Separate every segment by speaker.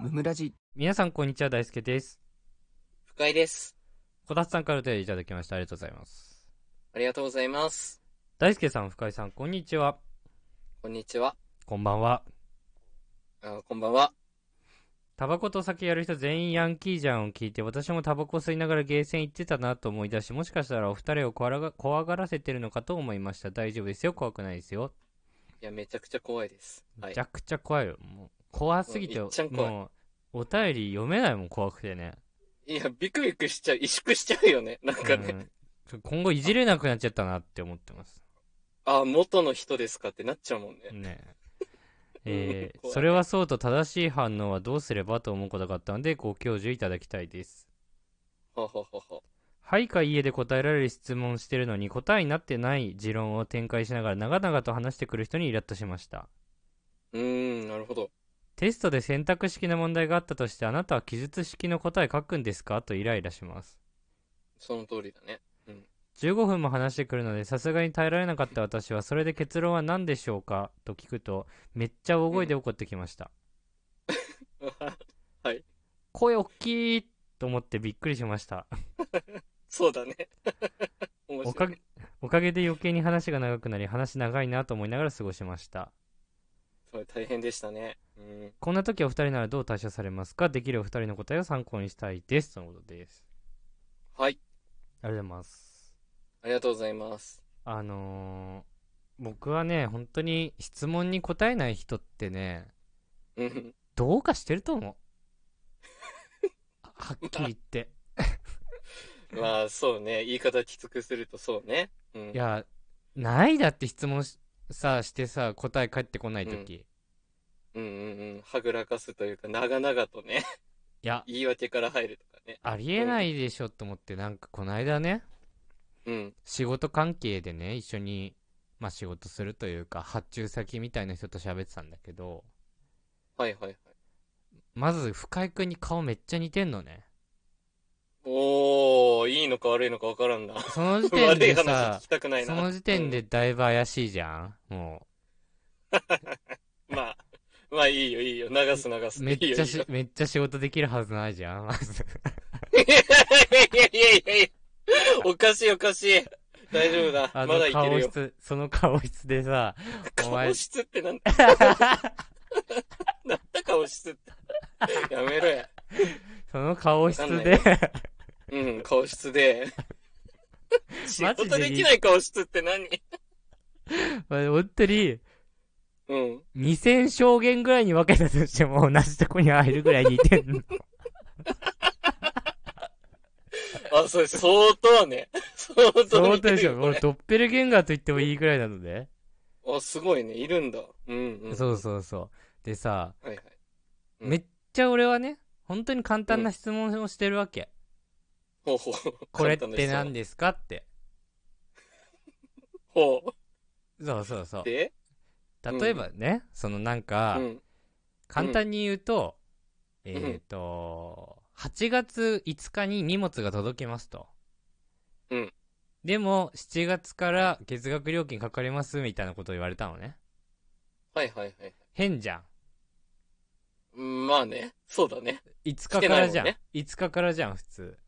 Speaker 1: ムムラジ
Speaker 2: 皆さん、こんにちは。大輔です。
Speaker 3: 深井です。
Speaker 2: こたつさんからお便りいただきました。ありがとうございます。
Speaker 3: ありがとうございます。
Speaker 2: 大輔さん、深井さん、こんにちは。
Speaker 3: こんにちは。
Speaker 2: こんばんは。
Speaker 3: あこんばんは。
Speaker 2: タバコと酒やる人全員ヤンキーじゃんを聞いて、私もタバコ吸いながらゲーセン行ってたなと思い出し、もしかしたらお二人を怖らが怖がらせてるのかと思いました。大丈夫ですよ。怖くないですよ。
Speaker 3: いや、めちゃくちゃ怖いです。は
Speaker 2: め
Speaker 3: い
Speaker 2: ち。ゃくちゃ怖いよ。もう怖すぎて、
Speaker 3: うんいっちゃん怖い
Speaker 2: もう、お便り読めないもん、怖くてね。
Speaker 3: いや、ビクビクしちゃう、萎縮しちゃうよね。なんかね、
Speaker 2: うん今後いじれなくなっちゃったなって思ってます。
Speaker 3: あ、元の人ですかってなっちゃうもんね。
Speaker 2: ねえー
Speaker 3: 怖い
Speaker 2: それはそうと正しい反応はどうすればと思うことがあったのでご教授いただきたいです
Speaker 3: ほうほうほうほ
Speaker 2: はいかいいえで答えられる質問をしてるのに答えになってない持論を展開しながら長々と話してくる人にイラッとしました
Speaker 3: う。うーん、なるほど。
Speaker 2: テストで選択式の問題があったとしてあなたは記述式の答え書くんですかとイライラします
Speaker 3: その通りだね。
Speaker 2: 15分も話してくるのでさすがに耐えられなかった私はそれで結論は何でしょうかと聞くとめっちゃ大声で怒ってきました、声大きいと思ってびっくりしました
Speaker 3: そうだね。 面
Speaker 2: お
Speaker 3: 白
Speaker 2: か
Speaker 3: い。
Speaker 2: げおかげで余計に話が長くなり話長いなと思いながら過ごしました
Speaker 3: それ大変でしたね。うん。
Speaker 2: こんな時お二人ならどう対処されますかできるお二人の答えを参考にしたいですとのことです
Speaker 3: はい。
Speaker 2: ありがとうございます
Speaker 3: ありがとうございます。
Speaker 2: あのー僕はね本当に質問に答えない人ってね
Speaker 3: うん。
Speaker 2: どうかしてると思うはっ きり言って
Speaker 3: まあ、そうね。言い方きつくするとそうね。うん。
Speaker 2: いやないだって質問しさしてさ答え返ってこない時、い
Speaker 3: うんうんうん。はぐらかすというか、長々とね。
Speaker 2: や
Speaker 3: 言い訳から入るとかね。
Speaker 2: ありえないでしょと思ってなんかこの間ね
Speaker 3: うん。
Speaker 2: 仕事関係でね一緒に、まあ、仕事するというか発注先みたいな人と喋ってたんだけど
Speaker 3: はいはいはい。
Speaker 2: まず深井君に顔めっちゃ似てんのね
Speaker 3: おー、いいのか悪いのか分からんな。
Speaker 2: その時点
Speaker 3: 悪い
Speaker 2: で
Speaker 3: 話
Speaker 2: さ
Speaker 3: 聞きたくない
Speaker 2: そ
Speaker 3: な。
Speaker 2: の時点でだいぶ怪しいじゃんも
Speaker 3: うん。まあ、まあいいよいいよ。流す流
Speaker 2: う
Speaker 3: す。
Speaker 2: めっちゃ
Speaker 3: いい
Speaker 2: し
Speaker 3: よ
Speaker 2: めっちゃ仕事できるはずないじゃんまず
Speaker 3: いいよいやいやいやいやおかしいおかしい。大丈夫だ。
Speaker 2: あ
Speaker 3: まだ
Speaker 2: の
Speaker 3: いける
Speaker 2: 顔
Speaker 3: よ。
Speaker 2: 質その顔質でさお前
Speaker 3: 顔質って なんだなんだ顔質って。やめろや。
Speaker 2: その顔質
Speaker 3: わ
Speaker 2: で
Speaker 3: うん、顔質で。仕
Speaker 2: マジ
Speaker 3: 事
Speaker 2: でいい
Speaker 3: できない顔質って何
Speaker 2: 本当に
Speaker 3: うん。
Speaker 2: 2000証言ぐらいに分けたとしても同じとこに入るぐらい似てん の
Speaker 3: あ、それ相当ね。相当
Speaker 2: そう
Speaker 3: 似て
Speaker 2: で
Speaker 3: る
Speaker 2: しょ。
Speaker 3: よ。
Speaker 2: 俺、ドッペルゲンガーと言ってもいいぐらいなので。
Speaker 3: あ、すごいね。いるんだ。うん、うん。
Speaker 2: そうそうそう。でさ、
Speaker 3: はいはい。うん
Speaker 2: めっちゃ俺はね、本当に簡単な質問をしてるわけ。
Speaker 3: ほうほう。
Speaker 2: これって何
Speaker 3: で
Speaker 2: ですかって。
Speaker 3: ほ
Speaker 2: そうそうそう
Speaker 3: う。。で、
Speaker 2: 例えばね、そのなんか
Speaker 3: う、ん。
Speaker 2: 簡単に言うと、
Speaker 3: ん
Speaker 2: えっと、8月5日に荷物が届きますと。
Speaker 3: うん
Speaker 2: でも、7月から月額料金かかりますみたいなことを言われたのね。
Speaker 3: はいはいはい。
Speaker 2: 変じゃん。
Speaker 3: うんまあね。そうだね。
Speaker 2: 5日からじゃ
Speaker 3: 来
Speaker 2: ん。
Speaker 3: てないもんね
Speaker 2: 5日からじゃん、普通。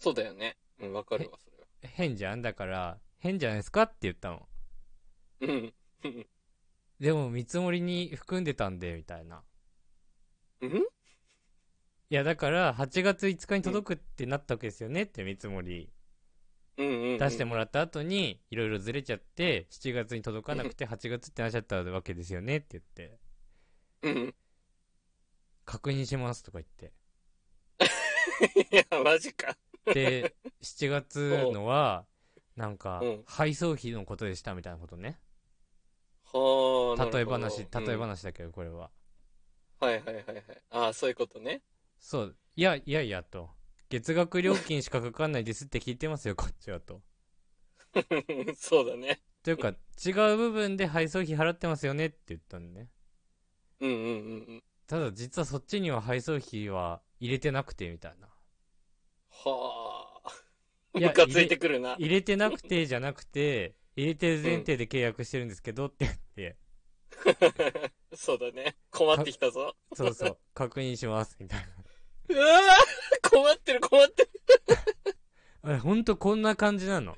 Speaker 3: そうだよね。うん、わかるわ、そ
Speaker 2: 変じゃんだから変じゃないですかって言ったの
Speaker 3: れは。
Speaker 2: でも見積もりに含んでたんでみたいな
Speaker 3: うん。うん
Speaker 2: いやだから8月5日に届くってなったわけですよねって見積もり
Speaker 3: うんうんうん。
Speaker 2: 出してもらった後にいろいろずれちゃって7月に届かなくて8月ってなっちゃったわけですよねって言って
Speaker 3: うん。
Speaker 2: 確認しますとか言って
Speaker 3: いや、マジか。
Speaker 2: で7月のはなんか
Speaker 3: うん
Speaker 2: 配送費のことでしたみたいなことね
Speaker 3: はあ。なるほど
Speaker 2: 例え話
Speaker 3: うん
Speaker 2: 例え話だけどこれは
Speaker 3: はいはいはいはい。ああ、そういうことね。
Speaker 2: そういやいやいやと月額料金しかかかんないですって聞いてますよこっちはと
Speaker 3: そうだね。
Speaker 2: というか違う部分で配送費払ってますよねって言ったんね
Speaker 3: うんうんうんうん。
Speaker 2: ただ実はそっちには配送費は入れてなくてみたいな
Speaker 3: はあ。
Speaker 2: いや
Speaker 3: ムカついてくるな。
Speaker 2: 入れてなくてじゃなくて入れてる前提で契約してるんですけどって言って
Speaker 3: そうだね。困ってきた ぞ。
Speaker 2: そうそう。確認します。みたいな。
Speaker 3: うわー困ってる困ってる。
Speaker 2: あれ、ほんとこんな感じなの。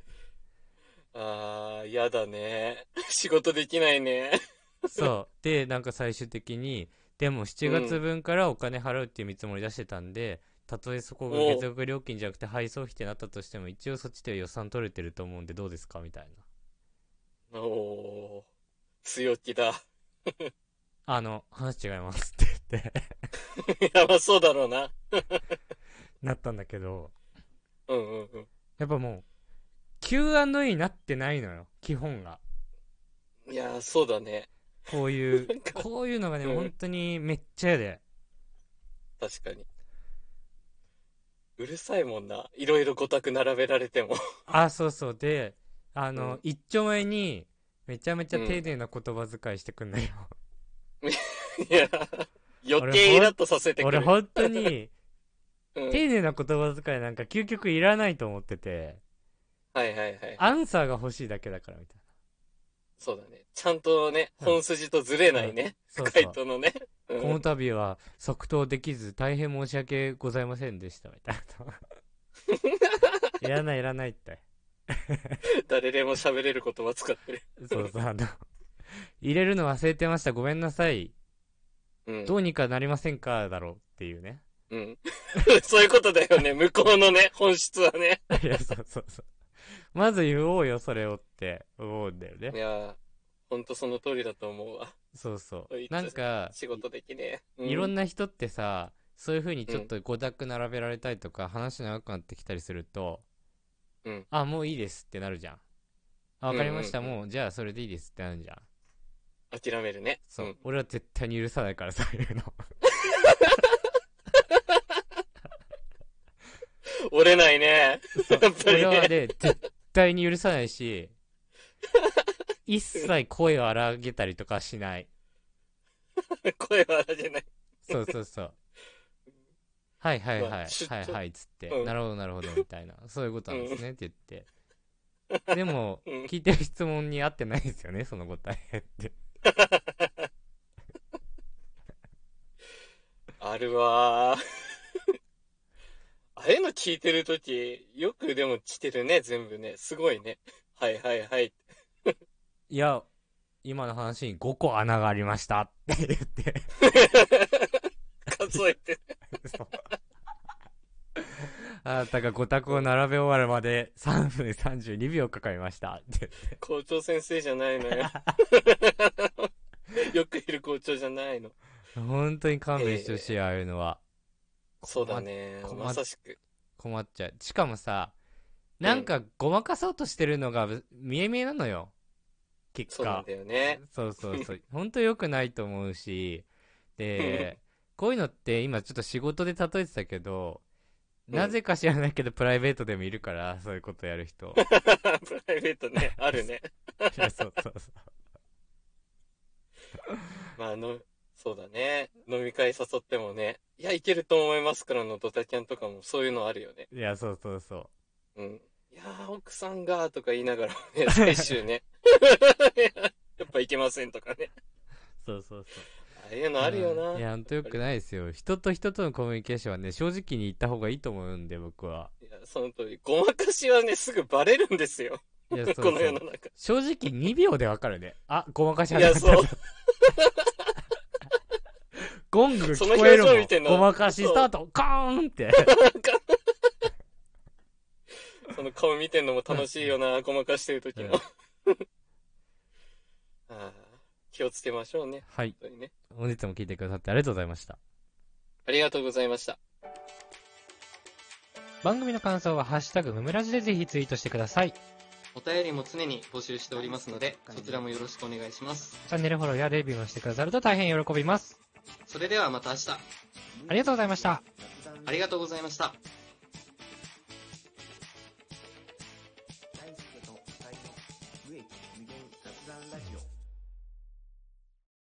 Speaker 3: あー、やだね。 仕事できないね。
Speaker 2: そう。で、なんか最終的に、でも7月分からお金払うっていう見積もり出してたんで、たとえそこが月額料金じゃなくて配送費ってなったとしても、一応そっちで予算取れてると思うんでどうですかみたいな。
Speaker 3: おー、強気だ。
Speaker 2: あの、話違いますって言って、
Speaker 3: やばそうだろうな。
Speaker 2: なったんだけど、
Speaker 3: うんうんうん。
Speaker 2: やっぱもう、Q&A になってないのよ、基本が。
Speaker 3: いやー、そうだね。
Speaker 2: こういう
Speaker 3: なん、か
Speaker 2: こういうのがね、
Speaker 3: うん
Speaker 2: 本当にめっちゃやで。
Speaker 3: 確かに。うるさいもんな。いろいろごたく並べられても。
Speaker 2: あ、そうそう。で、あ
Speaker 3: う
Speaker 2: の
Speaker 3: ん、
Speaker 2: 一丁目に、めちゃめちゃ丁寧な言葉遣いしてく んのよ。
Speaker 3: いや、余計イラッとさせてく
Speaker 2: 俺
Speaker 3: る。
Speaker 2: 本当に、
Speaker 3: うん
Speaker 2: 丁寧な言葉遣いなんか究極いらないと思ってて、
Speaker 3: はいはいはい。
Speaker 2: アンサーが欲しいだけだからみたいな。
Speaker 3: そうだね。ちゃんとね、
Speaker 2: うん
Speaker 3: 本筋とずれないね。
Speaker 2: そう
Speaker 3: 回
Speaker 2: そう。
Speaker 3: 答のね。う
Speaker 2: この
Speaker 3: ん、
Speaker 2: 度は即答できず大変申し訳ございませんでしたみたい な。いらないいらないって。
Speaker 3: 誰でも喋れる言葉使ってる。
Speaker 2: そうそう、あの、入れるの忘れてました。ごめんなさい。
Speaker 3: うん。
Speaker 2: どうにかなりませんかだろうっていうね。
Speaker 3: うん。 そういうことだよね。向こうのね、本質はね。
Speaker 2: いや、そうそうそう。まず言おうよ、それをって思うんだよ
Speaker 3: い
Speaker 2: ね。
Speaker 3: やー、ほんとその通りだと思うわ。
Speaker 2: そうそう
Speaker 3: い。つ
Speaker 2: なんか、
Speaker 3: 仕事できねえ。
Speaker 2: いろん
Speaker 3: な。
Speaker 2: な人ってさそういう風にちょっとごたく並べられたりとか、話長くなってきたりすると、
Speaker 3: うん
Speaker 2: あもういいですってなるじゃんあ
Speaker 3: うん
Speaker 2: 分かりました、
Speaker 3: うん
Speaker 2: もうじゃあそれでいいですってなるじゃん
Speaker 3: 諦めるね。
Speaker 2: そう、
Speaker 3: ん
Speaker 2: 俺は絶対に許さないからそういうの
Speaker 3: 折れないね。
Speaker 2: そう
Speaker 3: やっぱりね
Speaker 2: 俺はね絶対に許さな いし一切声を荒げたりとかしない
Speaker 3: 声は荒げない。
Speaker 2: そうそうそうはいはいはい、
Speaker 3: まあちょ
Speaker 2: はい
Speaker 3: ちょ
Speaker 2: はいっつって、
Speaker 3: うん
Speaker 2: なるほどなるほどみたいなそういうことなんですねって言ってでも
Speaker 3: うん
Speaker 2: 聞いてる質問に合ってないですよねその答えって
Speaker 3: あるわー。 ああいうの聞いてるとき、よくでも来てるね、全部ね。すごいね。はいはいはい。
Speaker 2: いや今の話に5個穴がありましたって言って
Speaker 3: 数えて。
Speaker 2: そうあなたが5択を並べ終わるまで3分32秒かかりましたって
Speaker 3: 校長先生じゃないのよ。 よくいる校長じゃないの。
Speaker 2: 本当に勘弁してほしい、ああいうのは
Speaker 3: そうだね。
Speaker 2: 困っ
Speaker 3: まさしく。
Speaker 2: 困っちゃうしかもさなんかごまかそうとしてるのが見え見えなのよ結
Speaker 3: そうな
Speaker 2: 果
Speaker 3: んだよね。
Speaker 2: そうそ うそう。本当良くないと思うし、で、こういうのって今ちょっと仕事で例えてたけど、
Speaker 3: うん
Speaker 2: なぜか知らないけどプライベートでもいるから、そういうことや る人。
Speaker 3: プライベートね、あるね。
Speaker 2: いやそうそうそう。
Speaker 3: まあ、あの、そうだね。飲み会誘ってもね、いや、いけると思いますからのドタキャンとかもそういうのあるよね。
Speaker 2: いや、そうそうそ
Speaker 3: うん。いやー、奥さんが、とか言いながら ね、最終ね。 やっぱいけませんとかね。
Speaker 2: う。そうそうそう。
Speaker 3: ああいうのあるよな。
Speaker 2: うんいや、本当良くないですよ。人と人とのコミュニケーションはね、正直に言った方がいいと思うんで、僕は。
Speaker 3: いやその通り。ごまかしはね、すぐバレるんですよ。
Speaker 2: いや、そう
Speaker 3: こ
Speaker 2: そう
Speaker 3: の世の中。
Speaker 2: 正直2秒でわかるね。あ、ごまかし
Speaker 3: い
Speaker 2: 始め
Speaker 3: や、
Speaker 2: た。
Speaker 3: そう。
Speaker 2: ゴング聞こえる
Speaker 3: その表情見てん
Speaker 2: も
Speaker 3: の
Speaker 2: ん。ごまかしスタートカーンって。
Speaker 3: その顔見てんのも楽しいよな、ごまかしてる時の。
Speaker 2: うん
Speaker 3: ああ気をつけましょうね。
Speaker 2: はい。
Speaker 3: 本当にね。
Speaker 2: 本日も聞いてくださってありがとうございました。
Speaker 3: ありがとうございました。
Speaker 2: 番組の感想は「ハッシュタグむむらじ」でぜひツイートしてくださいチ
Speaker 3: お便りも常に募集しておりますので、そちらもよろしくお願いします。
Speaker 2: ャンネルフォローやレビューもしてくださると大変喜びます
Speaker 3: それではまた明日、
Speaker 2: ありがとうございました
Speaker 3: ありがとうございました。